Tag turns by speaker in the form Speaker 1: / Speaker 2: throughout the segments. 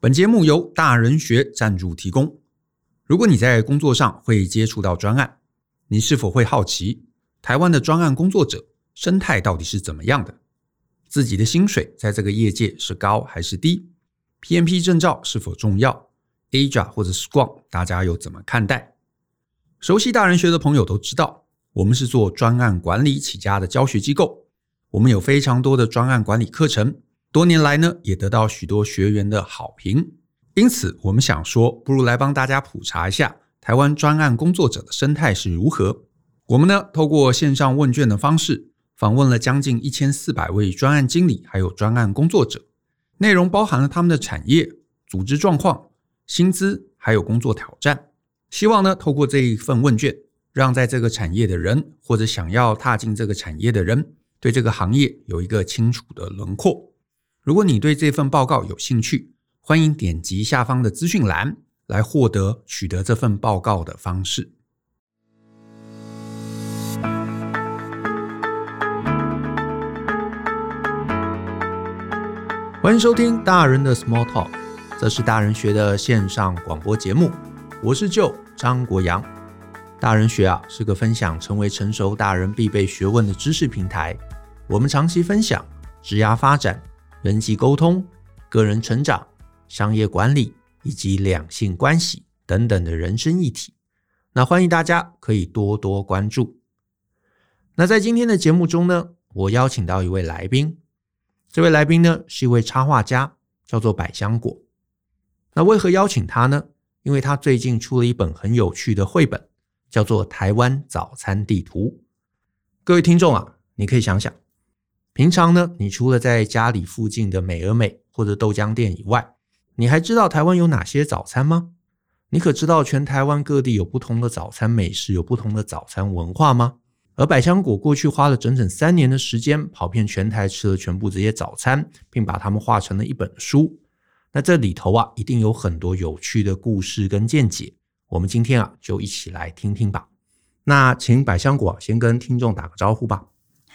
Speaker 1: 本节目由大人学赞助提供。如果你在工作上会接触到专案，你是否会好奇台湾的专案工作者生态到底是怎么样的？自己的薪水在这个业界是高还是低？PMP 证照是否重要？AJA 或者 Scrum 大家又怎么看待？熟悉大人学的朋友都知道，我们是做专案管理起家的教学机构，我们有非常多的专案管理课程。多年来呢，也得到许多学员的好评，因此我们想说，不如来帮大家普查一下台湾专案工作者的生态是如何。我们呢，透过线上问卷的方式，访问了将近一千四百位专案经理还有专案工作者，内容包含了他们的产业、组织状况、薪资，还有工作挑战。希望呢，透过这一份问卷，让在这个产业的人或者想要踏进这个产业的人，对这个行业有一个清楚的轮廓。如果你对这份报告有兴趣，欢迎点击下方的资讯栏来获得取得这份报告的方式。欢迎收听《大人的 Small Talk》，这是大人学的线上广播节目，我是舅张国阳。大人学啊是个分享成为成熟大人必备学问的知识平台，我们长期分享职涯发展。人际沟通、个人成长、商业管理以及两性关系等等的人生议题，那欢迎大家可以多多关注。那在今天的节目中呢，我邀请到一位来宾，这位来宾呢是一位插画家，叫做百香果。那为何邀请他呢？因为他最近出了一本很有趣的绘本，叫做《台湾早餐地图》。各位听众啊，你可以想想。平常呢，你除了在家里附近的美而美或者豆浆店以外，你还知道台湾有哪些早餐吗？你可知道全台湾各地有不同的早餐美食，有不同的早餐文化吗？而百香果过去花了整整三年的时间，跑遍全台，吃了全部这些早餐，并把它们画成了一本书。那这里头啊，一定有很多有趣的故事跟见解。我们今天啊，就一起来听听吧。那请百香果先跟听众打个招呼吧。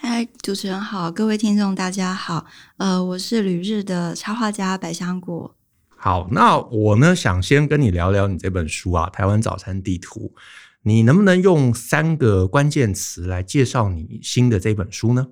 Speaker 2: 嗨，主持人好，各位听众大家好，呃，我是旅日的插画家百香果。
Speaker 1: 好，那我呢想先跟你聊聊你这本书啊，《台湾早餐地图》，你能不能用三个关键词来介绍你新的这本书呢？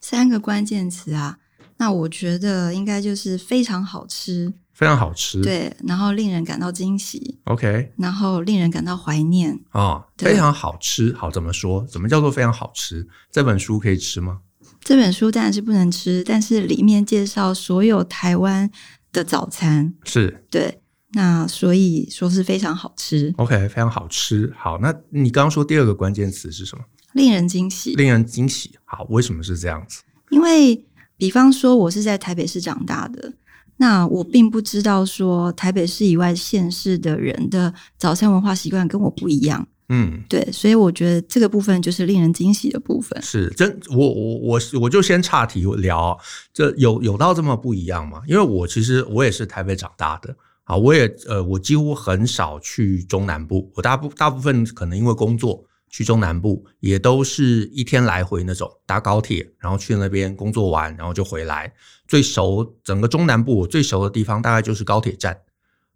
Speaker 2: 三个关键词啊，那我觉得应该就是非常好吃，
Speaker 1: 非常好吃，
Speaker 2: 对，然后令人感到惊喜，
Speaker 1: ，OK
Speaker 2: 然后令人感到怀念。
Speaker 1: 啊、
Speaker 2: 对
Speaker 1: 非常好吃。好，怎么说？怎么叫做非常好吃？这本书可以吃吗？
Speaker 2: 这本书当然是不能吃，但是里面介绍所有台湾的早餐，
Speaker 1: 是
Speaker 2: 对，那所以说是非常好吃，
Speaker 1: OK，非常好吃。好，那你刚刚说第二个关键词是什么？
Speaker 2: 令人惊喜。
Speaker 1: 令人惊喜。好，为什么是这样子？
Speaker 2: 因为比方说，我是在台北市长大的，那我并不知道说台北市以外县市的人的早餐文化习惯跟我不一样，
Speaker 1: 嗯，
Speaker 2: 对，所以我觉得这个部分就是令人惊喜的部分。
Speaker 1: 是真，我我我是我就先岔题聊啊，这有有到这么不一样吗？因为我其实我也是台北长大的啊，我也呃，我几乎很少去中南部，我大部大部分可能因为工作去中南部，也都是一天来回那种，搭高铁然后去那边工作完，然后就回来。最熟整个中南部我最熟的地方大概就是高铁站，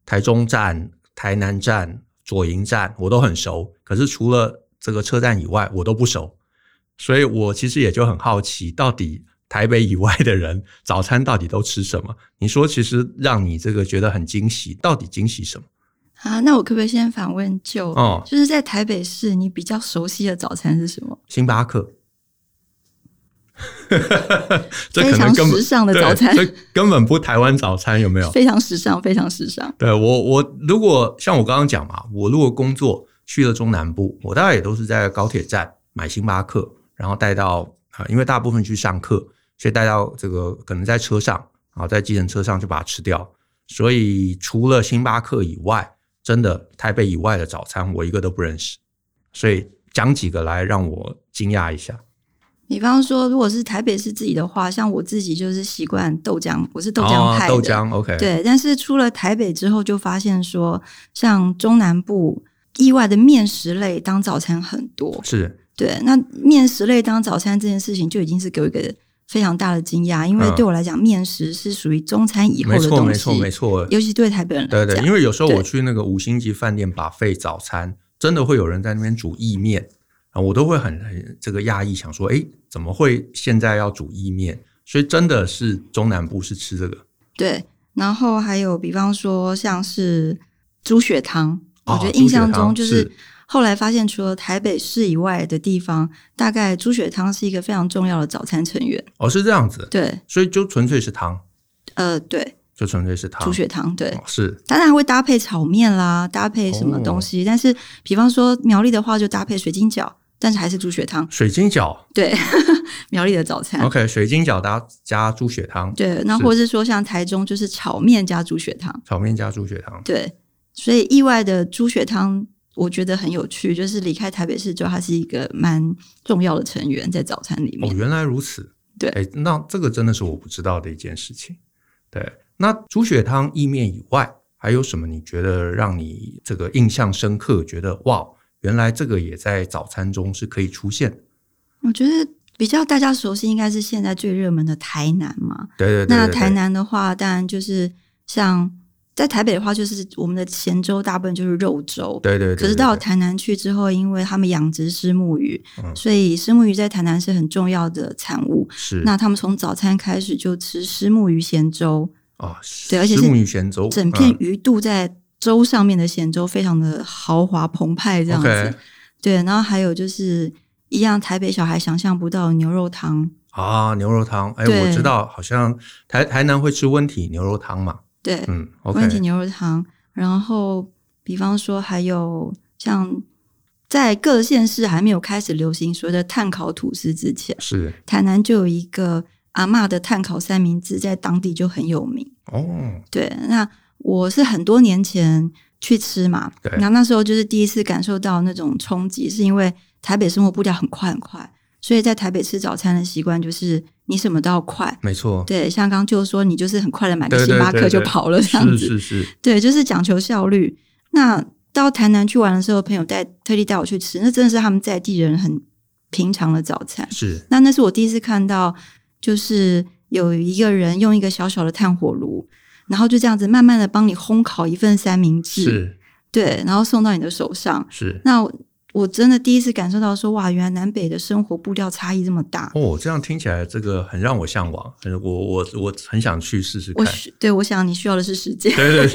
Speaker 1: 台中站、台南站、左营站我都很熟，可是除了这个车站以外，我都不熟。所以我其实也就很好奇，到底台北以外的人早餐到底都吃什么？你说，其实让你这个觉得很惊喜，到底惊喜什么？
Speaker 2: 啊，那我可不可以先反问就，
Speaker 1: 哦
Speaker 2: 就是在台北市你比较熟悉的早餐是什么？
Speaker 1: 星巴克， 这
Speaker 2: 非
Speaker 1: 可能
Speaker 2: 常
Speaker 1: 根本
Speaker 2: 时尚的
Speaker 1: 对
Speaker 2: 早 餐，
Speaker 1: 这根本不台湾早餐，有没有？
Speaker 2: 非常时尚，非常时尚。
Speaker 1: 对我，我如果像我刚刚讲嘛，我如果工作去了中南部，我大概也都是在高铁站买星巴克，然后带到啊、呃因为大部分去上课，所以带到这个可能在车上啊，在计程车上就把它吃掉。所以除了星巴克以外，真的台北以外的早餐我一个都不认识。所以讲几个来让我惊讶一下。
Speaker 2: 比方说，如果是台北市自己的话，像我自己就是习惯豆浆，我是豆浆
Speaker 1: 哦
Speaker 2: 派的，
Speaker 1: 豆浆 OK，，
Speaker 2: 对，但是出了台北之后，就发现说，像中南部意外的面食类当早餐很多。
Speaker 1: 是
Speaker 2: 对，那面食类当早餐这件事情，就已经是给我一个非常大的惊讶，因为
Speaker 1: 嗯
Speaker 2: 对我来讲，面食是属于中餐以后
Speaker 1: 没
Speaker 2: 的
Speaker 1: 错，
Speaker 2: 东
Speaker 1: 没
Speaker 2: 西嗯
Speaker 1: 错，，没错。
Speaker 2: 尤其对台北人来
Speaker 1: 对
Speaker 2: 讲，
Speaker 1: 对，因为有时候
Speaker 2: 对
Speaker 1: 我去那个五星级饭店把费早餐，真的会有人在那边煮意面啊，我都会很很这个讶异，想说，哎，怎么会现在要煮意面？所以真的是中南部是吃这个，
Speaker 2: 对，然后还有比方说像是猪血汤，
Speaker 1: 哦
Speaker 2: 我觉得印象中就
Speaker 1: 猪血
Speaker 2: 是
Speaker 1: 汤是
Speaker 2: 后来发现，除了台北市以外的地方，大概猪血汤是一个非常重要的早餐成员。
Speaker 1: 哦，是这样子，
Speaker 2: 对，
Speaker 1: 所以就纯粹是汤，
Speaker 2: 呃，对，
Speaker 1: 就纯粹是汤，
Speaker 2: 猪血汤，对。
Speaker 1: 哦是
Speaker 2: 当然还会搭配炒面啦，搭配什么东
Speaker 1: 哦
Speaker 2: 西。但是，比方说苗栗的话，就搭配水晶饺，但是还是猪血汤。
Speaker 1: 水晶饺
Speaker 2: 对，苗栗的早餐。
Speaker 1: ，OK，水晶饺搭加猪血汤，
Speaker 2: 对，那
Speaker 1: 哦是
Speaker 2: 或者是说像台中就是炒面加猪血汤。
Speaker 1: 炒面加猪血汤，
Speaker 2: 对，所以意外的猪血汤，我觉得很有趣，就是离开台北市之后，它是一个蛮重要的成员在早餐里
Speaker 1: 哦，
Speaker 2: 面。
Speaker 1: 原来如此。
Speaker 2: 对
Speaker 1: 哎，那这个真的是我不知道的一件事情。对，那猪血汤意面以外，还有什么你觉得让你这个印象深刻？觉得哇，原来这个也在早餐中是可以出现的。
Speaker 2: 我觉得比较大家熟悉应该是现在最热门的台南嘛。
Speaker 1: 对对对
Speaker 2: 那
Speaker 1: 对对
Speaker 2: 台南的话，当然就是像在台北的话，就是我们的咸粥大部分就是肉粥。
Speaker 1: 对对对，对
Speaker 2: 可是到
Speaker 1: 对
Speaker 2: 台南去之后，因为他们养殖虱目鱼，
Speaker 1: 嗯
Speaker 2: 所以虱目鱼在台南是很重要的产物。
Speaker 1: 是
Speaker 2: 那他们从早餐开始就吃虱目鱼咸粥，
Speaker 1: 哦，
Speaker 2: 对而且是
Speaker 1: 石木鱼咸粥，
Speaker 2: 整片
Speaker 1: 嗯
Speaker 2: 鱼肚在粥上面的咸粥非常的豪华澎湃，这样子。
Speaker 1: OK
Speaker 2: 对，然后还有就是一样台北小孩想象不到的牛肉汤，
Speaker 1: 啊，牛肉汤，哎，
Speaker 2: 对
Speaker 1: 我知道，好像台台南会吃温体牛肉汤嘛，
Speaker 2: 对，
Speaker 1: 嗯，OK，
Speaker 2: 温体牛肉汤。然后比方说还有像在各县市还没有开始流行所谓的炭烤吐司之前，
Speaker 1: 是
Speaker 2: 台南就有一个阿嬷的炭烤三明治，在当地就很有名。
Speaker 1: 哦，
Speaker 2: 对，那我是很多年前去吃嘛，
Speaker 1: 对
Speaker 2: 然后那时候就是第一次感受到那种冲击，是因为台北生活步调很快很快，所以在台北吃早餐的习惯就是你什么都要快。
Speaker 1: 没错，
Speaker 2: 对，像刚就说你就是很快的买
Speaker 1: 对
Speaker 2: 个
Speaker 1: 对
Speaker 2: 星巴
Speaker 1: 对
Speaker 2: 克就
Speaker 1: 对
Speaker 2: 跑了这样子，
Speaker 1: 是是是，
Speaker 2: 对，就是讲求效率。那到台南去玩的时候，朋友带特地带我去吃，那真的是他们在地人很平常的早餐。
Speaker 1: 是
Speaker 2: 那那是我第一次看到，就是有一个人用一个小小的炭火炉，然后就这样子慢慢的帮你烘烤一份三明治，
Speaker 1: 是
Speaker 2: 对，然后送到你的手上。
Speaker 1: 是，
Speaker 2: 那我我真的第一次感受到说，哇，原来南北的生活步调差异这么大。
Speaker 1: 哦，这样听起来这个很让我向往，很我我我很想去试试
Speaker 2: 我
Speaker 1: 看。
Speaker 2: 需对我想你需要的是时间，
Speaker 1: 对对，对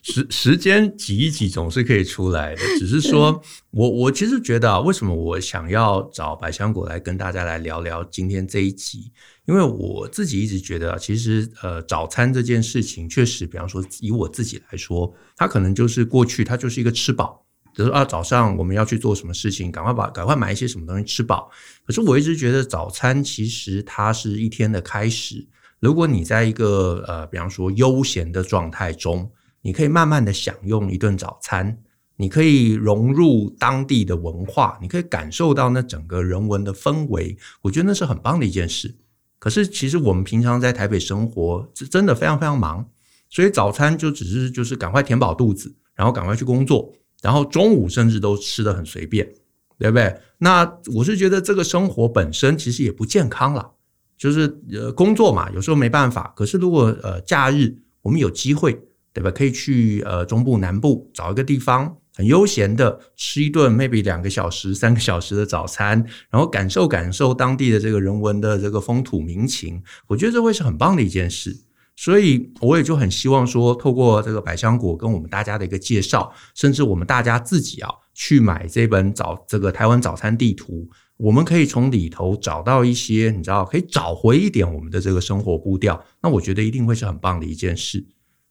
Speaker 1: 时时间挤一挤总是可以出来的，只是说我我其实觉得啊，为什么我想要找百香果来跟大家来聊聊今天这一集？因为我自己一直觉得啊，其实呃，早餐这件事情确实，比方说以我自己来说，它可能就是过去它就是一个吃饱。比如说啊，早上我们要去做什么事情，赶快把赶快买一些什么东西吃饱。可是我一直觉得早餐其实它是一天的开始，如果你在一个呃，比方说悠闲的状态中，你可以慢慢的享用一顿早餐，你可以融入当地的文化，你可以感受到那整个人文的氛围，我觉得那是很棒的一件事。可是其实我们平常在台北生活，是真的非常非常忙，所以早餐就只是就是赶快填饱肚子，然后赶快去工作，然后中午甚至都吃的很随便，对不对？那我是觉得这个生活本身其实也不健康啦。就是呃工作嘛，有时候没办法。可是如果呃假日我们有机会，对吧？可以去呃中部、南部找一个地方，很悠闲的吃一顿 maybe 两个小时、三个小时的早餐，然后感受感受当地的这个人文的这个风土民情，我觉得这会是很棒的一件事。所以我也就很希望说，透过这个百香果跟我们大家的一个介绍，甚至我们大家自己啊去买这本早这个台湾早餐地图，我们可以从里头找到一些，你知道，可以找回一点我们的这个生活步调。那我觉得一定会是很棒的一件事。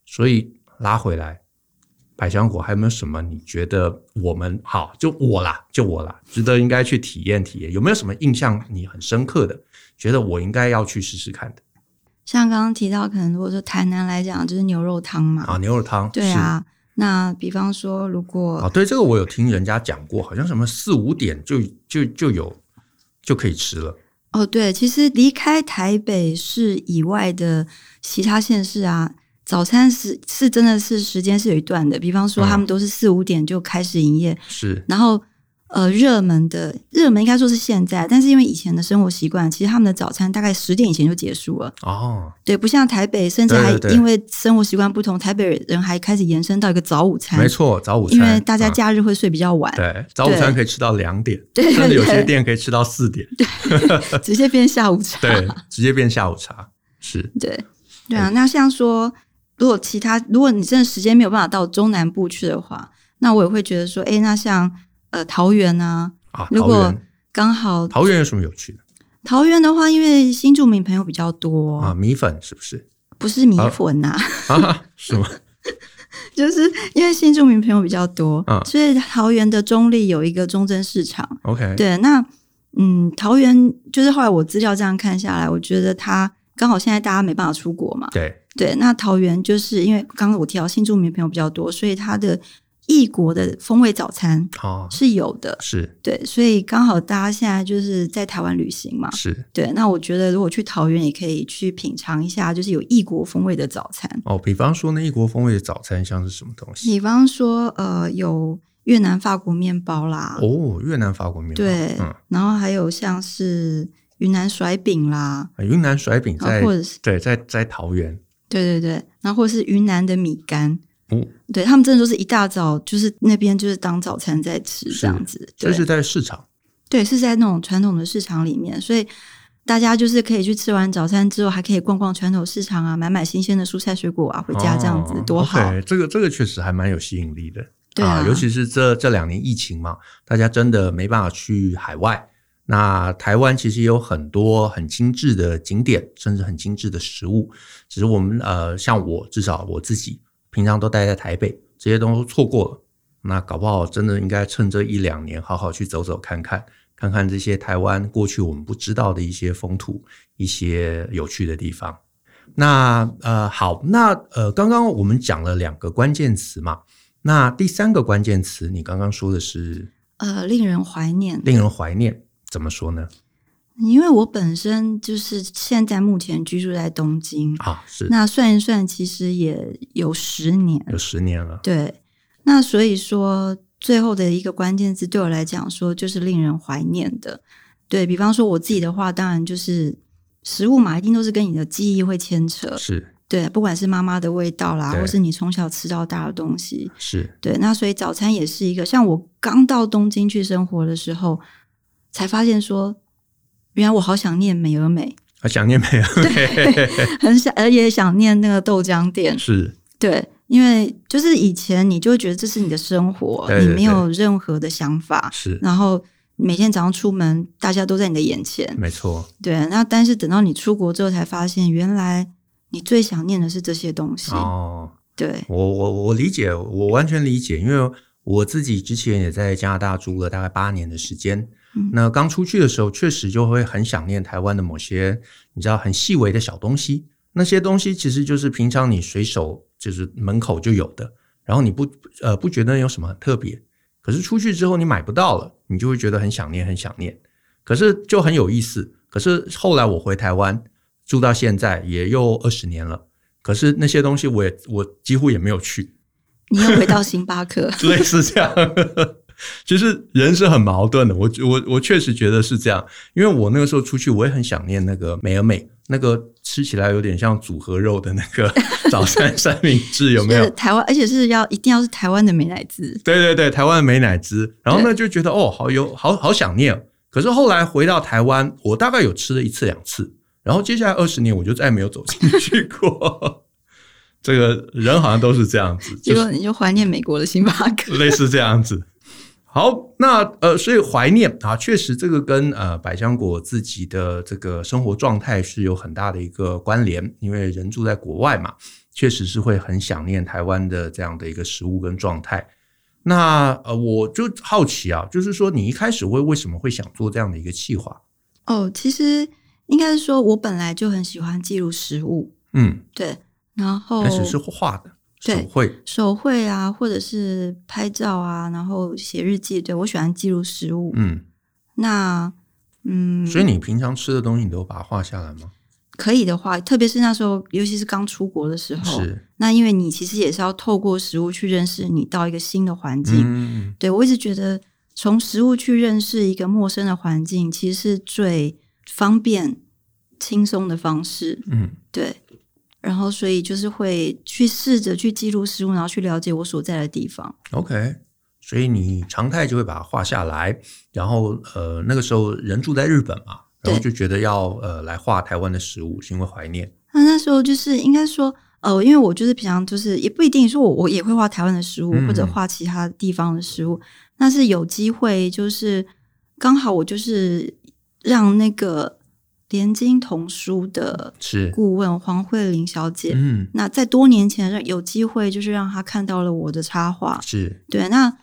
Speaker 1: 所以拉回来，百香果还有没有什么你觉得我们好？就我啦，就我啦，值得应该去体验体验。有没有什么印象你很深刻的，觉得我应该要去试试看的
Speaker 2: 像刚刚提到，可能如果说台南来讲，就是牛肉汤嘛，
Speaker 1: 啊？牛肉汤，
Speaker 2: 对啊。那比方说，如果
Speaker 1: 是，啊，对这个我有听人家讲过，好像什么四五点就就就有就可以吃了。
Speaker 2: 哦，对，其实离开台北市以外的其他县市啊，早餐是是真的是时间是有一段的。比方说，
Speaker 1: 嗯
Speaker 2: 他们都是四五点就开始营业，
Speaker 1: 是
Speaker 2: 然后呃热门的热门应该说是现在，但是因为以前的生活习惯，其实他们的早餐大概十点以前就结束了。
Speaker 1: 哦，
Speaker 2: 对，不像台北，甚至
Speaker 1: 对
Speaker 2: 还
Speaker 1: 对对
Speaker 2: 因为生活习惯不同，台北人还开始延伸到一个早午餐。
Speaker 1: 没，错，早午餐，
Speaker 2: 嗯因为大家
Speaker 1: 嗯
Speaker 2: 假日会睡比较晚，
Speaker 1: 对早午餐可以吃到两点，
Speaker 2: 对
Speaker 1: 甚至有些
Speaker 2: 对
Speaker 1: 店可以吃到四点，
Speaker 2: 直接变下午茶。
Speaker 1: 对，直接变下午茶，是
Speaker 2: 对对啊，那像说，如果其他，如果你真的时间没有办法到中南部去的话，那我也会觉得说，哎诶，那像呃桃园啊，
Speaker 1: 啊。
Speaker 2: 如
Speaker 1: 桃
Speaker 2: 果
Speaker 1: 园，
Speaker 2: 刚好
Speaker 1: 桃园有什么有趣的
Speaker 2: 桃园的话，因为新住民朋友比较多，
Speaker 1: 啊？米粉是不是
Speaker 2: 不是米粉呐、
Speaker 1: 啊？是吗？
Speaker 2: 就是因为新住民朋友比较多，
Speaker 1: 嗯
Speaker 2: 所以桃园的中立有一个中正市场。
Speaker 1: OK，
Speaker 2: 对，那嗯，桃园就是后来我资料这样看下来，我觉得它刚好现在大家没办法出国嘛，
Speaker 1: 对
Speaker 2: 对，那桃园就是因为刚刚我提到新住民朋友比较多，所以它的异国的风味早餐
Speaker 1: 哦，
Speaker 2: 是有的。
Speaker 1: 是
Speaker 2: 对，所以刚好大家现在就是在台湾旅行嘛。
Speaker 1: 是
Speaker 2: 对，那我觉得如果去桃园也可以去品尝一下，就是有异国风味的早餐，
Speaker 1: 哦。比方说那异国风味的早餐像是什么东西？
Speaker 2: 比方说呃有越南法国面包啦，
Speaker 1: 哦，越南法国面包，
Speaker 2: 对，
Speaker 1: 嗯，
Speaker 2: 然后还有像是云南甩饼啦，
Speaker 1: 云南甩饼
Speaker 2: 然
Speaker 1: 在
Speaker 2: 后啊或者是
Speaker 1: 对在在桃园，
Speaker 2: 对对对，然后或者是云南的米干，
Speaker 1: 哦，
Speaker 2: 对他们真的就是一大早，就是那边就是当早餐在吃
Speaker 1: 是
Speaker 2: 这样子，
Speaker 1: 这
Speaker 2: 对
Speaker 1: 是在市场
Speaker 2: 对，是在那种传统的市场里面，所以大家就是可以去吃完早餐之后，还可以逛逛传统市场啊，买买新鲜的蔬菜水果啊，回家这样子、
Speaker 1: 哦
Speaker 2: 多好。
Speaker 1: OK，这个这个确实还蛮有吸引力的。
Speaker 2: 对啊
Speaker 1: 尤其是这这两年疫情嘛，大家真的没办法去海外。那台湾其实也有很多很精致的景点，甚至很精致的食物。只是我们呃，像我至少我自己平常都待在台北，这些都错过了。那搞不好真的应该趁这一两年，好好去走走看看，看看这些台湾过去我们不知道的一些风土、一些有趣的地方。那呃，好，那呃，刚刚我们讲了两个关键词嘛，那第三个关键词，你刚刚说的是
Speaker 2: 呃，令人怀念，
Speaker 1: 令人怀念，怎么说呢？
Speaker 2: 因为我本身就是现在目前居住在东京，
Speaker 1: 啊，是
Speaker 2: 那算一算，其实也有十年，
Speaker 1: 有十年了，
Speaker 2: 对，那所以说最后的一个关键字对我来讲说就是令人怀念的。对比方说我自己的话，当然就是食物嘛，一定都是跟你的记忆会牵扯。
Speaker 1: 是
Speaker 2: 对，不管是妈妈的味道啦，
Speaker 1: 对
Speaker 2: 或是你从小吃到大的东西。
Speaker 1: 是
Speaker 2: 对，那所以早餐也是一个，像我刚到东京去生活的时候，才发现说，原来我好想念美而美，
Speaker 1: 啊，想念没有？
Speaker 2: 很想，而也想念那个豆浆店。
Speaker 1: 是
Speaker 2: 对，因为就是以前你就会觉得这是你的生活，
Speaker 1: 对对
Speaker 2: 你没有任何的想法，
Speaker 1: 是，
Speaker 2: 然后每天早上出门，大家都在你的眼前。
Speaker 1: 没错
Speaker 2: 对，那但是等到你出国之后，才发现原来你最想念的是这些东西。
Speaker 1: 哦。
Speaker 2: 对，
Speaker 1: 我我我理解，我完全理解，因为我自己之前也在加拿大住了大概八年的时间。
Speaker 2: 嗯
Speaker 1: 那刚出去的时候，确实就会很想念台湾的某些你知道很细微的小东西，那些东西其实就是平常你随手就是门口就有的，然后你不呃不觉得有什么很特别，可是出去之后你买不到了，你就会觉得很想念，很想念。可是就很有意思。可是后来我回台湾住到现在也又二十年了，可是那些东西我也我几乎也没有去，
Speaker 2: 你又回到星巴克，
Speaker 1: 类似这样。其实人是很矛盾的，我我我确实觉得是这样，因为我那个时候出去，我也很想念那个美而美，那个吃起来有点像组合肉的那个早餐三明治， 有没有
Speaker 2: 就是？台湾，而且是要一定要是台湾的美乃滋。
Speaker 1: 对对对，台湾的美乃滋，然后呢就觉得哦，好有好好想念哦。可是后来回到台湾，我大概有吃了一次两次，然后接下来二十年我就再没有走进去过。 这个人好像都是这样子，
Speaker 2: 结
Speaker 1: 就是
Speaker 2: 果你就怀念美国的星巴 克，
Speaker 1: 类似这样子。好，那呃，所以怀念啊，确实这个跟呃百香果自己的这个生活状态是有很大的一个关联，因为人住在国外嘛，确实是会很想念台湾的这样的一个食物跟状态。那呃，我就好奇啊，就是说你一开始会为什么会想做这样的一个计划？
Speaker 2: 哦，其实应该是说我本来就很喜欢记录食物，
Speaker 1: 嗯，
Speaker 2: 对，然后
Speaker 1: 开始是画的，
Speaker 2: 哦对
Speaker 1: 手绘，
Speaker 2: 手绘啊，或者是拍照啊，然后写日记。对我喜欢记录食物。
Speaker 1: 嗯，
Speaker 2: 那嗯，
Speaker 1: 所以你平常吃的东西你都把它画下来吗？
Speaker 2: 可以的话，特别是那时候，尤其是刚出国的时候，
Speaker 1: 是，
Speaker 2: 那因为你其实也是要透过食物去认识你到一个新的环境。
Speaker 1: 嗯，
Speaker 2: 对我一直觉得从食物去认识一个陌生的环境，其实是最方便、轻松的方式。
Speaker 1: 嗯，
Speaker 2: 对，然后所以就是会去试着去记录食物，然后去了解我所在的地方。
Speaker 1: OK，所以你常态就会把它画下来，然后呃那个时候人住在日本嘛，然后
Speaker 2: 对
Speaker 1: 就觉得要呃来画台湾的食物，是因为怀念。
Speaker 2: 那那时候就是应该说，呃，因为我就是平常就是也不一定说我我也会画台湾的食物，
Speaker 1: 嗯
Speaker 2: 或者画其他地方的食物，但是有机会就是刚好我就是让那个联经童书的
Speaker 1: 是，
Speaker 2: 顾问黄慧玲小姐。
Speaker 1: 嗯，
Speaker 2: 那在多年前让有机会，就是让她看到了我的插画，
Speaker 1: 是，
Speaker 2: 对，那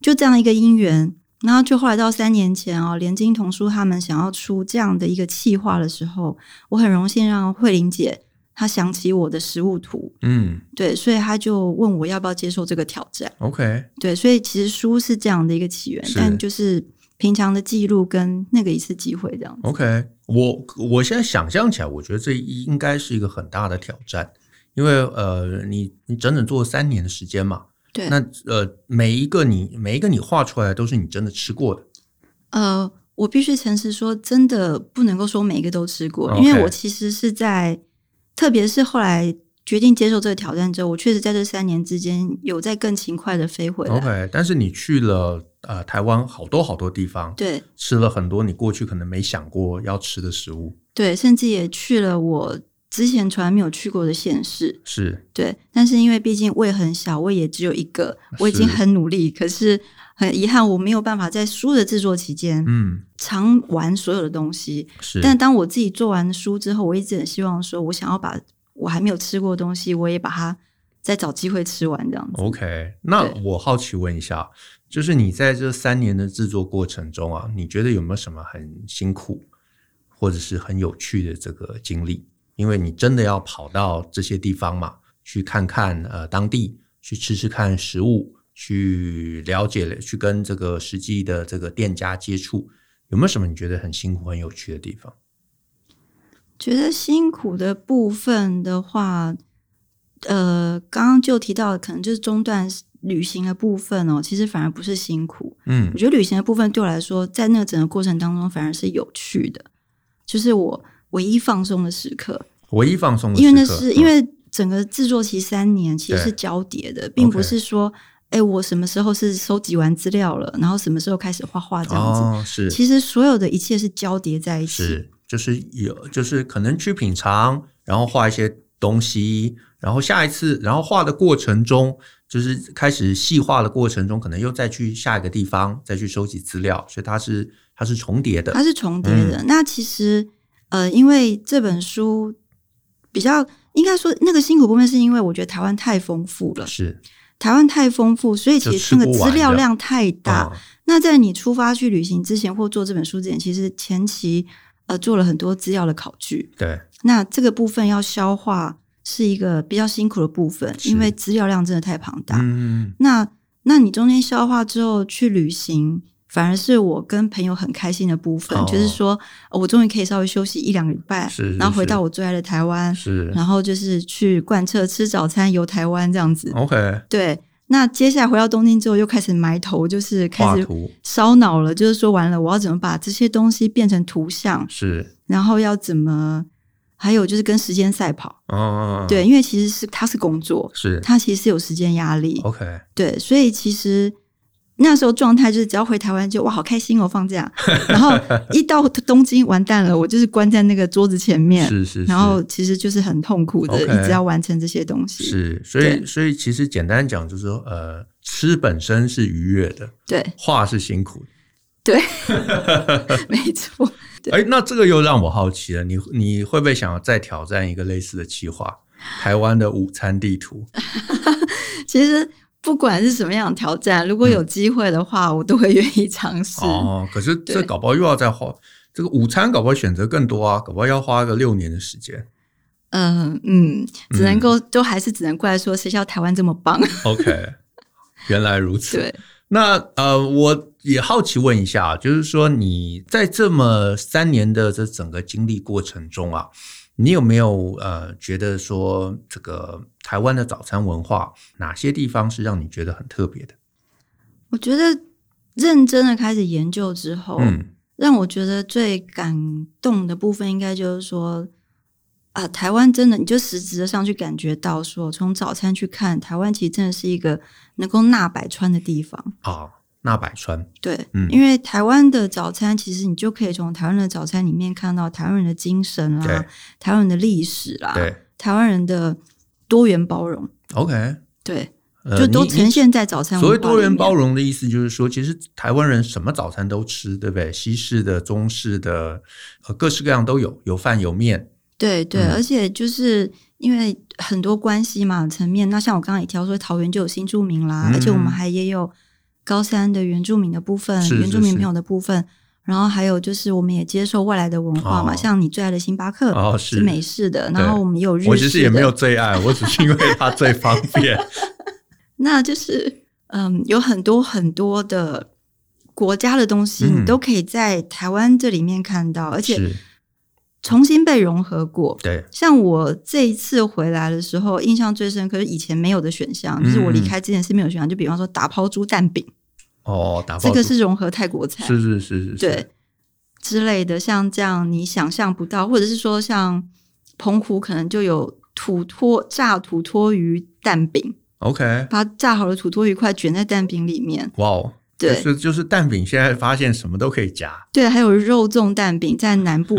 Speaker 2: 就这样一个因缘，然后就后来到三年前哦，联经童书他们想要出这样的一个企划的时候，我很荣幸让慧玲姐她想起我的实物图，
Speaker 1: 嗯
Speaker 2: 对，所以她就问我要不要接受这个挑战，
Speaker 1: ，OK，
Speaker 2: 对，所以其实书是这样的一个起源，
Speaker 1: 是
Speaker 2: 但就是平常的记录跟那个一次机会这样子，
Speaker 1: OK，我我现在想象起来，我觉得这应该是一个很大的挑战，因为呃，你你整整做了三年的时间嘛，
Speaker 2: 对，
Speaker 1: 那呃每一个你每一个你画出来的都是你真的吃过的，
Speaker 2: 呃，我必须诚实说，真的不能够说每一个都吃过
Speaker 1: OK
Speaker 2: 因为我其实是在，特别是后来决定接受这个挑战之后，我确实在这三年之间有在更勤快的飞回来。
Speaker 1: ，OK，但是你去了呃台湾好多好多地方，
Speaker 2: 对
Speaker 1: 吃了很多你过去可能没想过要吃的食物，
Speaker 2: 对，甚至也去了我之前从来没有去过的县市。
Speaker 1: 是
Speaker 2: 对，但是因为毕竟胃很小，胃也只有一个，我已经
Speaker 1: 是
Speaker 2: 很努力，可是很遗憾，我没有办法在书的制作期间、
Speaker 1: 嗯
Speaker 2: 尝完所有的东西。
Speaker 1: 是，
Speaker 2: 但当我自己做完书之后，我一直很希望说，我想要把我还没有吃过的东西，我也把它再找机会吃完这样子。
Speaker 1: OK，那
Speaker 2: 对
Speaker 1: 我好奇问一下，就是你在这三年的制作过程中啊，你觉得有没有什么很辛苦或者是很有趣的这个经历？因为你真的要跑到这些地方嘛，去看看呃当地，去吃吃看食物，去了解，去跟这个实际的这个店家接触，有没有什么你觉得很辛苦、很有趣的地方？
Speaker 2: 觉得辛苦的部分的话，呃，刚刚就提到，可能就是中断旅行的部分哦，其实反而不是辛苦。
Speaker 1: 嗯
Speaker 2: 我觉得旅行的部分对我来说，在那个整个过程当中反而是有趣的，就是我唯一放松的时刻。
Speaker 1: 唯一放松的时
Speaker 2: 因
Speaker 1: 刻，
Speaker 2: 为那是
Speaker 1: 嗯
Speaker 2: 因为整个制作期三年其实是
Speaker 1: 对
Speaker 2: 交叠的，并不
Speaker 1: OK
Speaker 2: 是说，哎、我什么时候是收集完资料了，然后什么时候开始画画这样子。
Speaker 1: 哦，是
Speaker 2: 其实所有的一切是交叠在一起。
Speaker 1: 是，就是有，就是可能去品尝，然后画一些东西，然后下一次，然后画的过程中，就是开始细化的过程中，可能又再去下一个地方，再去收集资料，所以它是它是重叠的
Speaker 2: 它。是重叠的。
Speaker 1: 嗯
Speaker 2: 那其实呃，因为这本书比较应该说那个辛苦部分，是因为我觉得台湾太丰富了，
Speaker 1: 是，
Speaker 2: 台湾太丰富，所以其
Speaker 1: 就吃
Speaker 2: 实那个
Speaker 1: 不完
Speaker 2: 资料
Speaker 1: 的
Speaker 2: 量太大。
Speaker 1: 嗯
Speaker 2: 那在你出发去旅行之前或做这本书之前，其实前期呃做了很多资料的考据。
Speaker 1: 对，
Speaker 2: 那这个部分要消化是一个比较辛苦的部分，
Speaker 1: 是
Speaker 2: 因为资料量真的太庞大。
Speaker 1: 嗯，
Speaker 2: 那那你中间消化之后去旅行，反而是我跟朋友很开心的部分，
Speaker 1: 哦
Speaker 2: 就是说、呃我终于可以稍微休息一两个礼拜，
Speaker 1: 是是
Speaker 2: 然后回
Speaker 1: 是
Speaker 2: 到我最爱的台湾，
Speaker 1: 是
Speaker 2: 然后就是去贯彻吃早餐游台湾这样子。
Speaker 1: ，OK，
Speaker 2: 对，那接下来回到东京之后，又开始埋头，就是
Speaker 1: 画
Speaker 2: 开始
Speaker 1: 图
Speaker 2: 烧脑了，就是说完了，我要怎么把这些东西变成图像，
Speaker 1: 是，
Speaker 2: 然后要怎么，还有就是跟时间赛跑，
Speaker 1: 嗯嗯，嗯
Speaker 2: 对，，因为其实是它是工作，
Speaker 1: 是
Speaker 2: 它其实是有时间压力，
Speaker 1: ，OK，
Speaker 2: 对，所以其实那时候状态就是只要回台湾就哇好开心哦放假， 然后一到东京完蛋了，我就是关在那个桌子前面，
Speaker 1: 是是，
Speaker 2: 然
Speaker 1: 是
Speaker 2: 后其实就是很痛苦的
Speaker 1: OK
Speaker 2: 一直要完成这些东西，
Speaker 1: 是，所以所以其实简单讲就是说，呃，吃本身是愉悦的，
Speaker 2: 对
Speaker 1: 画是辛苦的。
Speaker 2: 对，没错，
Speaker 1: 哎，那这个又让我好奇了，你你会不会想要再挑战一个类似的企划？台湾的午餐地图，
Speaker 2: 其实。不管是什么样的挑战，如果有机会的话，我都会愿意尝试。
Speaker 1: 嗯哦，可是这
Speaker 2: 对
Speaker 1: 搞不好又要再花这个午餐，搞不好选择更多啊，搞不好要花个六年的时间。
Speaker 2: 嗯嗯，只能够都还是只能怪说谁叫台湾这么棒？
Speaker 1: OK，原来如此。
Speaker 2: 对，
Speaker 1: 那呃，我也好奇问一下，啊就是说你在这么三年的这整个经历过程中啊，你有没有呃觉得说这个台湾的早餐文化哪些地方是让你觉得很特别的？
Speaker 2: 我觉得认真的开始研究之后，
Speaker 1: 嗯
Speaker 2: 让我觉得最感动的部分，应该就是说，啊，台湾真的，你就实质的上去感觉到说，从早餐去看，台湾其实真的是一个能够纳百川的地方。
Speaker 1: 啊，那百川，
Speaker 2: 对，
Speaker 1: 嗯
Speaker 2: 因为台湾的早餐，其实你就可以从台湾的早餐里面看到台湾人的精神啦
Speaker 1: 对，
Speaker 2: 台湾人的历史啦，
Speaker 1: 对
Speaker 2: 台湾人的多元包容，
Speaker 1: ，OK，
Speaker 2: 对，
Speaker 1: 呃
Speaker 2: 就都
Speaker 1: 你
Speaker 2: 呈现在早餐
Speaker 1: 所谓
Speaker 2: 文化里
Speaker 1: 多元
Speaker 2: 面
Speaker 1: 包容的意思，就是说，其实台湾人什么早餐都吃，对不对？西式的、中式的，呃，各式各样都有，有饭有面。
Speaker 2: 对对，
Speaker 1: 嗯
Speaker 2: 而且就是因为很多关系嘛层面，那像我刚刚也提到说，桃园就有新住民啦，
Speaker 1: 嗯
Speaker 2: 而且我们还也有高三的原住民的部分，
Speaker 1: 是是
Speaker 2: 原住民朋友的部分，然后还有就是我们也接受外来的文化嘛，
Speaker 1: 哦
Speaker 2: 像你最爱的星巴克、
Speaker 1: 哦是
Speaker 2: 嗯美式的，
Speaker 1: 对
Speaker 2: 然后我们也有日式的，
Speaker 1: 我其实也没有最 爱，我只是因为它最方便。
Speaker 2: 那就是嗯，有很多很多的国家的东西，
Speaker 1: 嗯
Speaker 2: 你都可以在台湾这里面看到，而且
Speaker 1: 是，
Speaker 2: 重新被融合过，
Speaker 1: 对，
Speaker 2: 像我这一次回来的时候，印象最深刻是以前没有的选项，就是
Speaker 1: 嗯
Speaker 2: 我离开之前是没有选项，就比方说打抛猪蛋饼，
Speaker 1: 哦，打包
Speaker 2: 这个
Speaker 1: 住
Speaker 2: 是融合泰国菜，
Speaker 1: 是是是是，
Speaker 2: 对之类的，像这样你想象不到，或者是说像澎湖可能就有土托炸土托鱼蛋饼，
Speaker 1: ，OK，
Speaker 2: 把炸好的土托鱼块卷在蛋饼里面，
Speaker 1: 哇哦，
Speaker 2: 对
Speaker 1: 就是就是蛋饼，现在发现什么都可以夹，
Speaker 2: 对，还有肉粽蛋饼在 南部，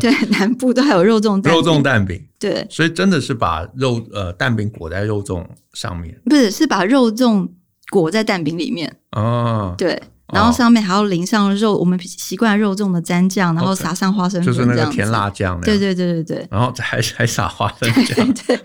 Speaker 2: 对南部都还有肉粽蛋饼，
Speaker 1: 肉粽蛋饼，
Speaker 2: 对，
Speaker 1: 所以真的是把肉呃蛋饼裹在肉粽上面
Speaker 2: 不是是把肉粽裹在蛋饼里面。
Speaker 1: 啊，
Speaker 2: 对，然后
Speaker 1: 哦
Speaker 2: 上面还要淋上肉，我们习惯肉粽的蘸酱，然后
Speaker 1: OK
Speaker 2: 撒上花生
Speaker 1: 就
Speaker 2: 粉，
Speaker 1: 是那
Speaker 2: 这
Speaker 1: 个
Speaker 2: 样
Speaker 1: 甜
Speaker 2: 子。
Speaker 1: 辣酱那
Speaker 2: 对
Speaker 1: 样，
Speaker 2: 对对对对
Speaker 1: 然 后还还撒花生酱，
Speaker 2: 对对，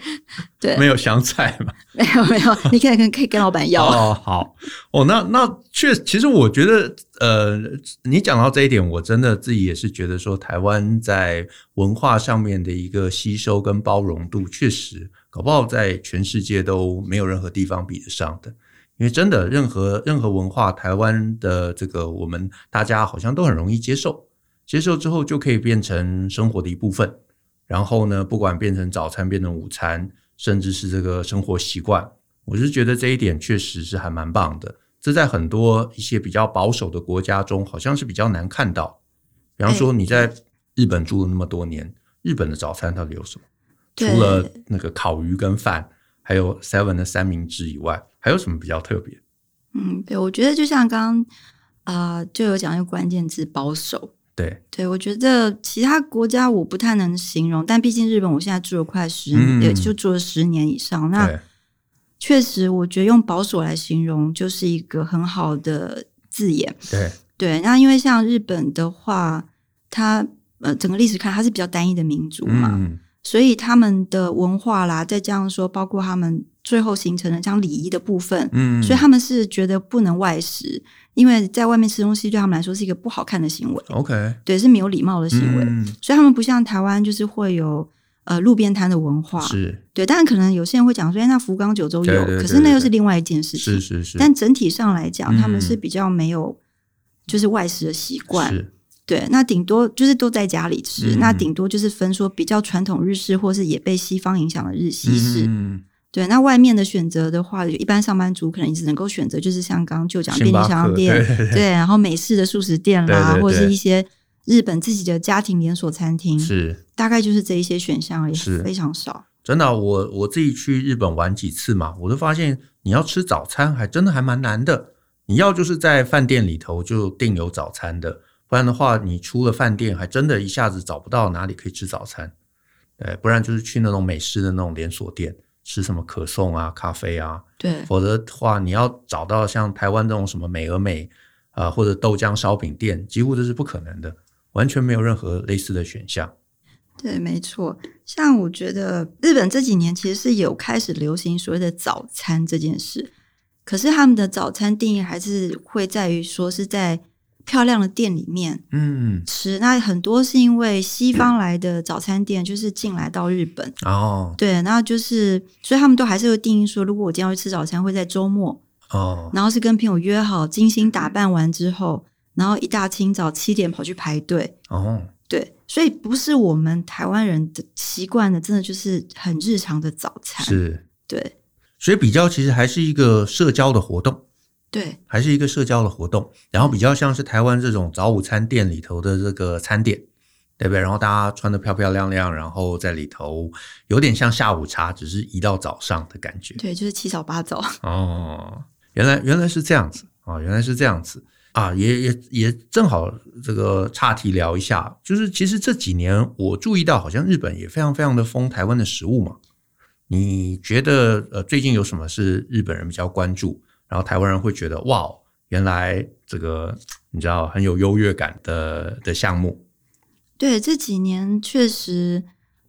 Speaker 2: 对
Speaker 1: 没有香菜嘛？
Speaker 2: 没有没有，你可以跟可以跟老板要。
Speaker 1: 哦，好，哦，那那确，其实我觉得，呃，你讲到这一点，我真的自己也是觉得说，台湾在文化上面的一个吸收跟包容度，确实搞不好在全世界都没有任何地方比得上的。因为真的，任何任何文化，台湾的这个我们大家好像都很容易接受，接受之后就可以变成生活的一部分。然后呢，不管变成早餐、变成午餐，甚至是这个生活习惯，我是觉得这一点确实是还蛮棒的。这在很多一些比较保守的国家中，好像是比较难看到。比方说，
Speaker 2: 哎
Speaker 1: 你在日本住了那么多年，日本的早餐到底有什么？
Speaker 2: 对
Speaker 1: 除了那个烤鱼跟饭，还有 Seven 的三明治以外，还有什么比较特别？
Speaker 2: 嗯，对，我觉得就像刚刚啊，就有讲一个关键字保守。
Speaker 1: 对，
Speaker 2: 对，我觉得其他国家我不太能形容，但毕竟日本我现在住了快十年，
Speaker 1: 嗯
Speaker 2: 也就住了十年以上。那
Speaker 1: 对，
Speaker 2: 确实，我觉得用保守来形容就是一个很好的字眼。
Speaker 1: 对，
Speaker 2: 对，那因为像日本的话，它呃整个历史看它是比较单一的民族嘛，
Speaker 1: 嗯，
Speaker 2: 所以他们的文化啦，再加上说包括他们最后形成的像礼仪的部分，
Speaker 1: 嗯，
Speaker 2: 所以他们是觉得不能外食，因为在外面吃东西对他们来说是一个不好看的行为，
Speaker 1: OK，
Speaker 2: 对，是没有礼貌的行为，
Speaker 1: 嗯，
Speaker 2: 所以他们不像台湾就是会有。呃，路边摊的文化，
Speaker 1: 是
Speaker 2: 对，但可能有些人会讲说，哎，那福冈九州有，
Speaker 1: 对对对
Speaker 2: 可是那
Speaker 1: 对
Speaker 2: 又
Speaker 1: 对
Speaker 2: 是另外一件事情。
Speaker 1: 是是是，
Speaker 2: 但整体上来讲，他们是
Speaker 1: 嗯
Speaker 2: 比较没有就是外食的习惯，
Speaker 1: 是
Speaker 2: 对，那顶多就是都在家里吃，
Speaker 1: 嗯
Speaker 2: 那顶多就是分说比较传统日式，或是也被西方影响的日西式，
Speaker 1: 嗯
Speaker 2: 对。那外面的选择的话，一般上班族可能只能够选择就是像刚刚就讲便
Speaker 1: 星
Speaker 2: 利
Speaker 1: 巴克
Speaker 2: 商店，
Speaker 1: 对对对
Speaker 2: 然后美式的素食店啦，
Speaker 1: 对对对
Speaker 2: 或者是一些日本自己的家庭连锁餐厅，
Speaker 1: 嗯是
Speaker 2: 大概就是这一些选项而已，
Speaker 1: 是
Speaker 2: 非常少。
Speaker 1: 真的啊、我我自己去日本玩几次嘛，我都发现你要吃早餐还真的还蛮难的。你要就是在饭店里头就订有早餐的，不然的话，你出了饭店还真的一下子找不到哪里可以吃早餐。对，不然就是去那种美式的那种连锁店吃什么可颂啊、咖啡啊，
Speaker 2: 对，
Speaker 1: 否则的话，你要找到像台湾这种什么美而美啊、呃或者豆浆烧饼店，几乎这是不可能的，完全没有任何类似的选项。
Speaker 2: 对，没错。像我觉得日本这几年其实是有开始流行所谓的早餐这件事，可是他们的早餐定义还是会在于说是在漂亮的店里面
Speaker 1: 嗯，
Speaker 2: 吃。那很多是因为西方来的早餐店就是进来到日本，
Speaker 1: 哦
Speaker 2: 对，那就是所以他们都还是会定义说，如果我今天要去吃早餐，会在周末，
Speaker 1: 哦，
Speaker 2: 然后是跟朋友约好，精心打扮完之后，然后一大清早七点跑去排队，
Speaker 1: 哦，
Speaker 2: 对，所以不是我们台湾人的习惯的，真的就是很日常的早餐。
Speaker 1: 是。
Speaker 2: 对
Speaker 1: 所以比较其实还是一个社交的活动，
Speaker 2: 对
Speaker 1: 还是一个社交的活动，然后比较像是台湾这种早午餐店里头的这个餐点，对不对？然后大家穿的漂漂亮亮，然后在里头有点像下午茶，只是移到早上的感觉。
Speaker 2: 对，就是七早八早。
Speaker 1: 哦，原来原来是这样子啊、原来是这样子啊，也也也正好这个岔题聊一下，就是其实这几年我注意到，好像日本也非常非常的疯台湾的食物嘛。你觉得呃，最近有什么是日本人比较关注，然后台湾人会觉得哇哦，原来这个你知道很有优越感的的项目？
Speaker 2: 对，这几年确实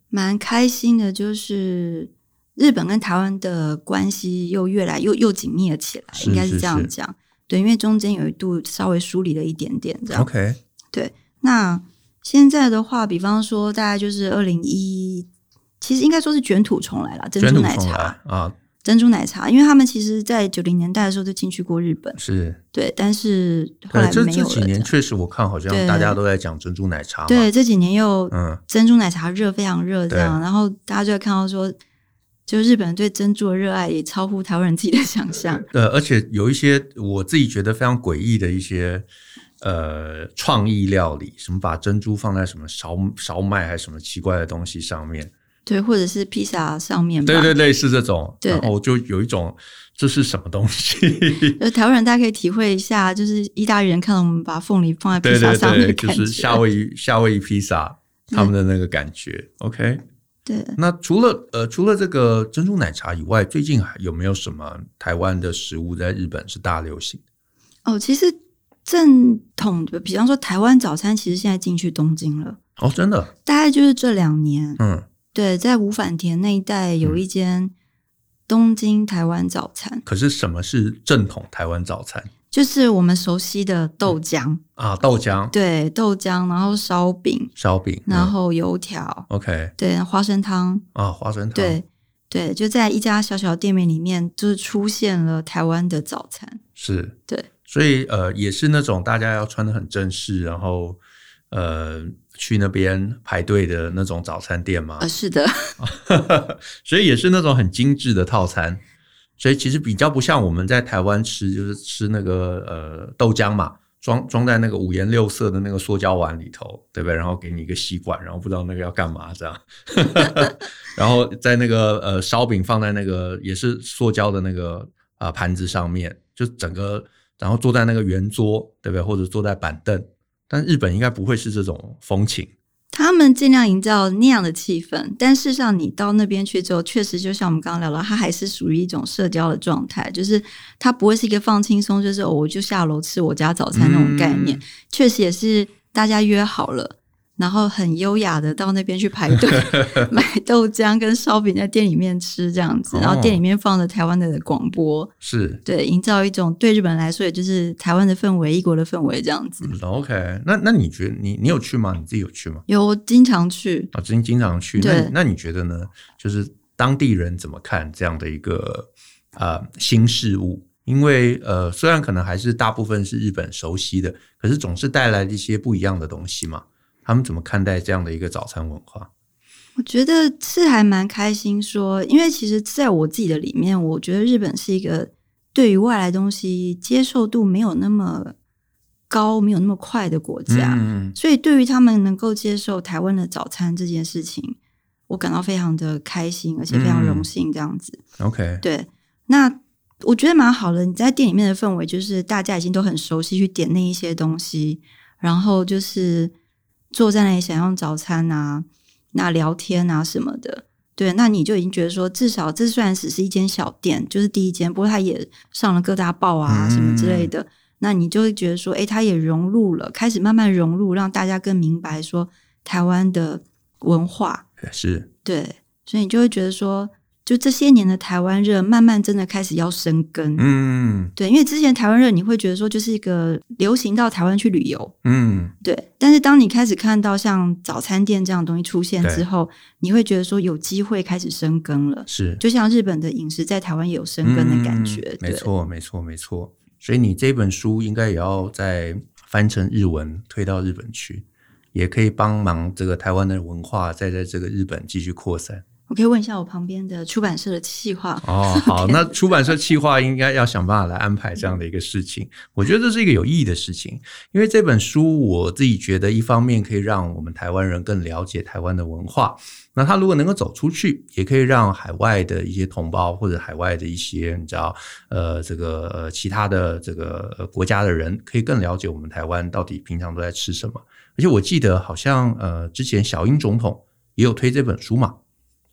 Speaker 2: 蛮开心的，就是日本跟台湾的关系又越来又又紧密了起来，
Speaker 1: 是
Speaker 2: 应该
Speaker 1: 是
Speaker 2: 是这样
Speaker 1: 是
Speaker 2: 讲。对，因为中间有一度稍微疏离了一点点，这样。
Speaker 1: OK，
Speaker 2: 那现在的话，比方说大概就是二零一，其实应该说是卷土重来啦，珍
Speaker 1: 卷
Speaker 2: 珠
Speaker 1: 土
Speaker 2: 奶
Speaker 1: 重来
Speaker 2: 茶，
Speaker 1: 啊，
Speaker 2: 珍珠奶茶，因为他们其实在九零年代的时候就进去过日本，
Speaker 1: 是
Speaker 2: 对，但是后
Speaker 1: 对
Speaker 2: 来
Speaker 1: 这
Speaker 2: 没
Speaker 1: 这
Speaker 2: 有了
Speaker 1: 几
Speaker 2: 这
Speaker 1: 年
Speaker 2: 样。
Speaker 1: 确实我看好像
Speaker 2: 对
Speaker 1: 大家都在讲珍珠奶茶嘛，
Speaker 2: 对，这几年又
Speaker 1: 嗯。
Speaker 2: 珍珠奶茶热非常热，这样，然后大家就会看到说，就日本人对珍珠的热爱也超乎台湾人自己的 想象。
Speaker 1: 呃，而且有一些我自己觉得非常诡异的一些呃创意料理，什么把珍珠放在什么烧烧麦还是什么奇怪的东西上面，
Speaker 2: 对，或者是披萨上面吧，
Speaker 1: 对对，类似这种，
Speaker 2: 对
Speaker 1: 然后就有一种这是什么东西？
Speaker 2: 呃，台湾人大家可以体会一下，就是意大利人看到我们把凤梨放在披
Speaker 1: 对
Speaker 2: 萨
Speaker 1: 对
Speaker 2: 上面
Speaker 1: 对，
Speaker 2: 的
Speaker 1: 就
Speaker 2: 感觉，
Speaker 1: 是夏威夷夏威夷披萨他们的那个感觉。OK，
Speaker 2: 对，
Speaker 1: 那除了呃除了这个珍珠奶茶以外，最近还有没有什么台湾的食物在日本是大流行？
Speaker 2: 哦，其实正统的，比方说台湾早餐，其实现在进去东京了，
Speaker 1: 哦，真的，
Speaker 2: 大概就是这两年。
Speaker 1: 嗯，
Speaker 2: 对，在五反田那一带有一间东京台湾早餐，
Speaker 1: 可是什么是正统台湾早餐？
Speaker 2: 就是我们熟悉的豆浆，
Speaker 1: 啊，豆浆、
Speaker 2: 对，豆浆，然后烧饼，
Speaker 1: 烧饼，
Speaker 2: 然
Speaker 1: 嗯、
Speaker 2: 后油条，
Speaker 1: OK
Speaker 2: 对，花生汤，
Speaker 1: 啊，花生糖，
Speaker 2: 对。对，就在一家小小店面里面，就是出现了台湾的早餐。
Speaker 1: 是，
Speaker 2: 对，
Speaker 1: 所以呃，也是那种大家要穿的很正式，然后呃，去那边排队的那种早餐店嘛
Speaker 2: 呃，，是的，
Speaker 1: 所以也是那种很精致的套餐。所以其实比较不像我们在台湾吃，就是吃那个呃豆浆嘛，装装在那个五颜六色的那个塑胶碗里头，对不对？然后给你一个吸管，然后不知道那个要干嘛这样。 然后在那个呃烧饼放在那个也是塑胶的那个啊、呃盘子上面，就整个然后坐在那个圆桌，对不对？或者坐在板凳，但日本应该不会是这种风情，
Speaker 2: 他们尽量营造那样的气氛，但事实上你到那边去之后，确实就像我们刚刚聊到，它还是属于一种社交的状态，就是它不会是一个放轻松，就是、哦、我就下楼吃我家早餐那种概念。
Speaker 1: 嗯
Speaker 2: 确实也是大家约好了，然后很优雅的到那边去排队买豆浆跟烧饼，在店里面吃这样子，然后店里面放着台湾的广播，
Speaker 1: 是
Speaker 2: 对，营造一种对日本人来说，也就是台湾的氛围、异国的氛围这样子。
Speaker 1: 嗯 OK，那那你觉得你你有去吗？你自己有去吗？
Speaker 2: 有我经常去，
Speaker 1: 啊，经经常去，那
Speaker 2: 对
Speaker 1: 你那你觉得呢？就是当地人怎么看这样的一个呃新事物？因为呃，虽然可能还是大部分是日本熟悉的，可是总是带来一些不一样的东西嘛。他们怎么看待这样的一个早餐文化？
Speaker 2: 我觉得是还蛮开心说，因为其实在我自己的里面，我觉得日本是一个对于外来东西接受度没有那么高、没有那么快的国家，
Speaker 1: 嗯，
Speaker 2: 所以对于他们能够接受台湾的早餐这件事情，我感到非常的开心，而且非常荣幸这样子。
Speaker 1: 嗯，OK，
Speaker 2: 对，那我觉得蛮好的。你在店里面的氛围就是大家已经都很熟悉，去点那一些东西，然后就是坐在那里享用早餐啊，那聊天啊什么的。对，那你就已经觉得说，至少这虽然只是一间小店，就是第一间，不过它也上了各大报啊
Speaker 1: 嗯
Speaker 2: 什么之类的。那你就会觉得说，诶，它也融入了，开始慢慢融入，让大家更明白说台湾的文化。
Speaker 1: 是
Speaker 2: 对，所以你就会觉得说，就这些年的台湾热，慢慢真的开始要生根。
Speaker 1: 嗯
Speaker 2: 对，因为之前台湾热，你会觉得说就是一个流行到台湾去旅游，
Speaker 1: 嗯，
Speaker 2: 对。但是当你开始看到像早餐店这样的东西出现
Speaker 1: 对
Speaker 2: 之后，你会觉得说有机会开始生根了，
Speaker 1: 是
Speaker 2: 就像日本的饮食在台湾也有生根的感觉。
Speaker 1: 嗯没
Speaker 2: 对，
Speaker 1: 错，没错，没错。所以你这本书应该也要再翻成日文，推到日本去，也可以帮忙这个台湾的文化再在这个日本继续扩散。
Speaker 2: 我可以问一下我旁边的出版社的企划，
Speaker 1: 哦，好，那出版社企划应该要想办法来安排这样的一个事情。我觉得这是一个有意义的事情，因为这本书我自己觉得，一方面可以让我们台湾人更了解台湾的文化，那他如果能够走出去，也可以让海外的一些同胞或者海外的一些你知道呃这个呃其他的这个呃国家的人，可以更了解我们台湾到底平常都在吃什么。而且我记得好像呃之前小英总统也有推这本书嘛，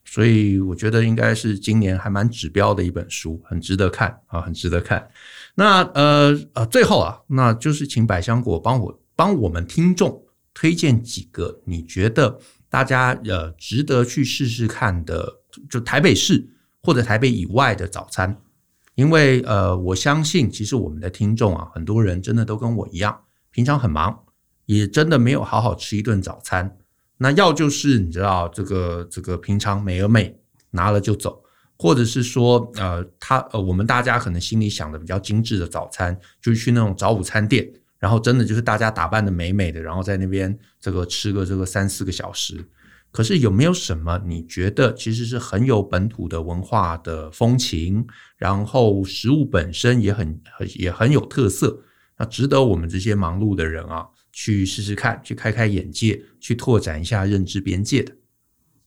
Speaker 1: 所以我觉得应该是今年还蛮指标的一本书，很值得看啊，很值得看。那呃呃，最后啊，那就是请百香果帮我帮我们听众推荐几个你觉得大家呃值得去试试看的，就台北市或者台北以外的早餐，因为呃，我相信其实我们的听众啊，很多人真的都跟我一样，平常很忙，也真的没有好好吃一顿早餐。那要就是你知道这个这个平常美而美拿了就走，或者是说呃他呃我们大家可能心里想的比较精致的早餐，就是去那种早午餐店，然后真的就是大家打扮的美美的，然后在那边这个吃个这个三四个小时。可是有没有什么你觉得其实是很有本土的文化的风情，然后食物本身也很很也很有特色，那值得我们这些忙碌的人啊去试试看，去开开眼界，去拓展一下认知边界的。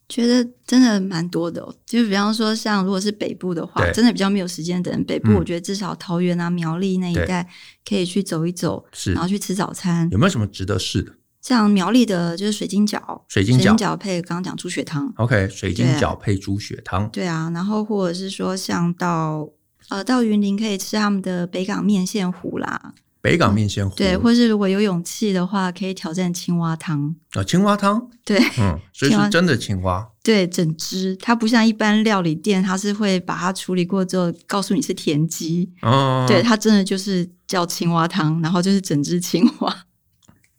Speaker 2: 觉得真的蛮多的、哦。就比方说，像如果是北部的话，
Speaker 1: 对
Speaker 2: 真的比较没有时间等北部。
Speaker 1: 嗯
Speaker 2: 我觉得至少桃园啊、苗栗那一
Speaker 1: 对
Speaker 2: 带可以去走一走，
Speaker 1: 是
Speaker 2: 然后去吃早餐。
Speaker 1: 有没有什么值得试的？
Speaker 2: 像苗栗的就是水晶饺，
Speaker 1: 水
Speaker 2: 水
Speaker 1: 晶
Speaker 2: 晶
Speaker 1: 饺
Speaker 2: 饺配刚刚讲猪血汤，
Speaker 1: ，OK，水晶
Speaker 2: 对啊
Speaker 1: 饺配猪血汤，
Speaker 2: 对啊，然后或者是说像到呃到云林可以吃他们的北港面线糊啦，
Speaker 1: 北港面线糊，
Speaker 2: 对，或是如果有勇气的话，可以挑战青蛙汤，
Speaker 1: 啊青蛙汤，
Speaker 2: 对
Speaker 1: 嗯，所以
Speaker 2: 青蛙
Speaker 1: 是真的青蛙，
Speaker 2: 对，整只它不像一般料理店，它是会把它处理过之后告诉你是田鸡，
Speaker 1: 哦，
Speaker 2: 对，，它真的就是叫青蛙汤，然后就是整只青蛙，
Speaker 1: 哦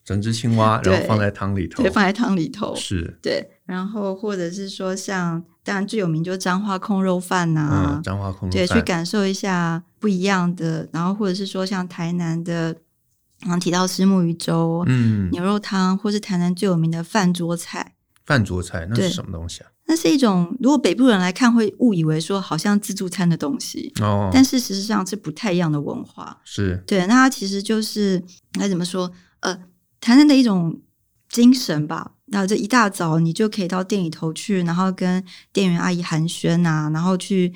Speaker 1: 整只青蛙，
Speaker 2: 对
Speaker 1: 然后放在汤里头
Speaker 2: 对，，放在汤里头，
Speaker 1: 是，
Speaker 2: 对，然后或者是说像当然最有名就是彰化控肉饭呐、
Speaker 1: 嗯，彰化空
Speaker 2: 啊对，
Speaker 1: 肉
Speaker 2: 去
Speaker 1: 饭，
Speaker 2: 感受一下不一样的，然后或者是说像台南的，刚刚提到石木鱼粥、
Speaker 1: 嗯，
Speaker 2: 牛肉汤，或是台南最有名的饭桌菜。
Speaker 1: 饭桌菜那
Speaker 2: 对
Speaker 1: 是什么东西啊？
Speaker 2: 那是一种，如果北部人来看会误以为说好像自助餐的东西，
Speaker 1: 哦，
Speaker 2: 但事实上是不太一样的文化。
Speaker 1: 是，
Speaker 2: 对，那它其实就是该怎么说？呃，台南的一种精神吧。那这一大早你就可以到店里头去，然后跟店员阿姨寒暄啊，然后去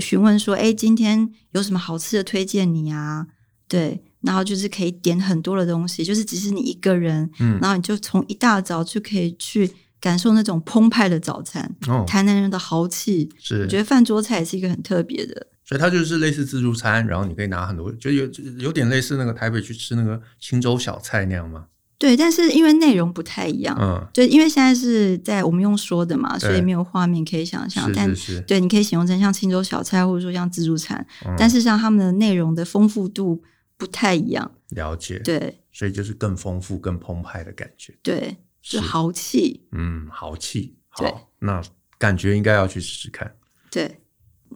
Speaker 2: 询问说，哎，今天有什么好吃的推荐你啊？对，然后就是可以点很多的东西，就是只是你一个人，
Speaker 1: 嗯，
Speaker 2: 然后你就从一大早就可以去感受那种澎湃的早餐，
Speaker 1: 哦，
Speaker 2: 台南人的豪气。
Speaker 1: 是
Speaker 2: 我觉，得饭桌菜也是一个很特别的，
Speaker 1: 所以它就是类似自助餐，然后你可以拿很多，就有有点类似那个台北去吃那个青州小菜那样吗？
Speaker 2: 对，但是因为内容不太一样，
Speaker 1: 嗯，
Speaker 2: 对，因为现在是在我们用说的嘛，
Speaker 1: 对
Speaker 2: 所以没有画面可以想象。
Speaker 1: 是
Speaker 2: 但
Speaker 1: 是是，
Speaker 2: 对，你可以形容成像青州小菜，或者说像自助餐，
Speaker 1: 嗯
Speaker 2: 但事实上他们的内容的丰富度不太一样。
Speaker 1: 了解，
Speaker 2: 对
Speaker 1: 所以就是更丰富、更澎湃的感觉。
Speaker 2: 对，
Speaker 1: 是
Speaker 2: 就豪气。
Speaker 1: 嗯，豪气。
Speaker 2: 对
Speaker 1: 好，那感觉应该要去试试看。
Speaker 2: 对，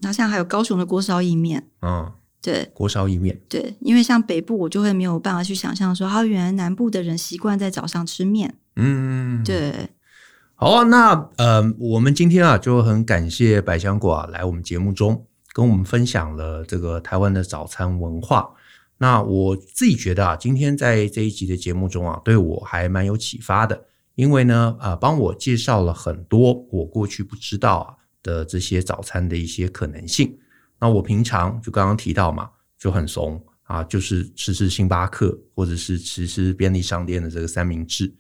Speaker 2: 然后像还有高雄的锅烧意面，
Speaker 1: 嗯，
Speaker 2: 对
Speaker 1: 锅烧意面，
Speaker 2: 对，因为像北部我就会没有办法去想象说，啊，原来南部的人习惯在早上吃面。
Speaker 1: 嗯，。
Speaker 2: 对，
Speaker 1: 好啊，那呃，我们今天啊就很感谢百香果啊来我们节目中跟我们分享了这个台湾的早餐文化。那我自己觉得啊，今天在这一集的节目中啊，对我还蛮有启发的，因为呢，啊，帮我介绍了很多我过去不知道啊的这些早餐的一些可能性。那我平常就刚刚提到嘛，就很怂啊，就是吃吃星巴克或者是吃吃便利商店的这个三明治。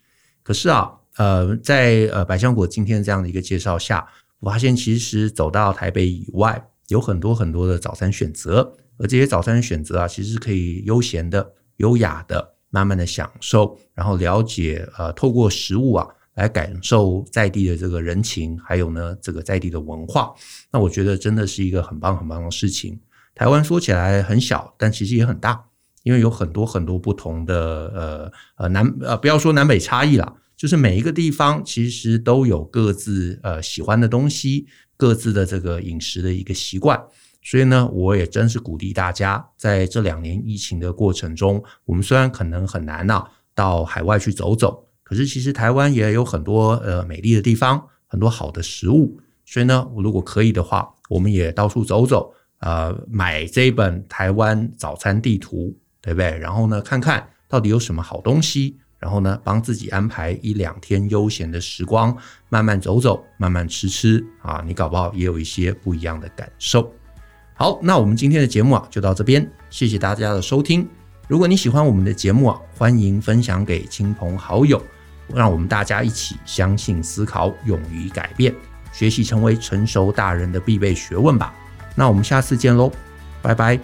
Speaker 1: 可是啊，呃，在呃百香果今天这样的一个介绍下，我发现其实走到台北以外，有很多很多的早餐选择，而这些早餐选择啊，其实是可以悠闲的、优雅的、慢慢的享受，然后了解呃，透过食物啊。来感受在地的这个人情，还有呢这个在地的文化，那我觉得真的是一个很棒很棒的事情。台湾说起来很小，但其实也很大。因为有很多很多不同的呃呃南呃不要说南北差异啦，就是每一个地方其实都有各自呃喜欢的东西，各自的这个饮食的一个习惯。所以呢，我也真是鼓励大家，在这两年疫情的过程中，我们虽然可能很难呐、啊到海外去走走，可是其实台湾也有很多呃美丽的地方，很多好的食物，所以呢，如果可以的话，我们也到处走走，呃，买这一本《台湾早餐地图》，对不对？然后呢，看看到底有什么好东西，然后呢，帮自己安排一两天悠闲的时光，慢慢走走，慢慢吃吃啊，你搞不好也有一些不一样的感受。好，那我们今天的节目啊就到这边，谢谢大家的收听。如果你喜欢我们的节目啊，欢迎分享给亲朋好友，让我们大家一起相信、思考、勇于改变，学习成为成熟大人的必备学问吧。那我们下次见喽，拜拜。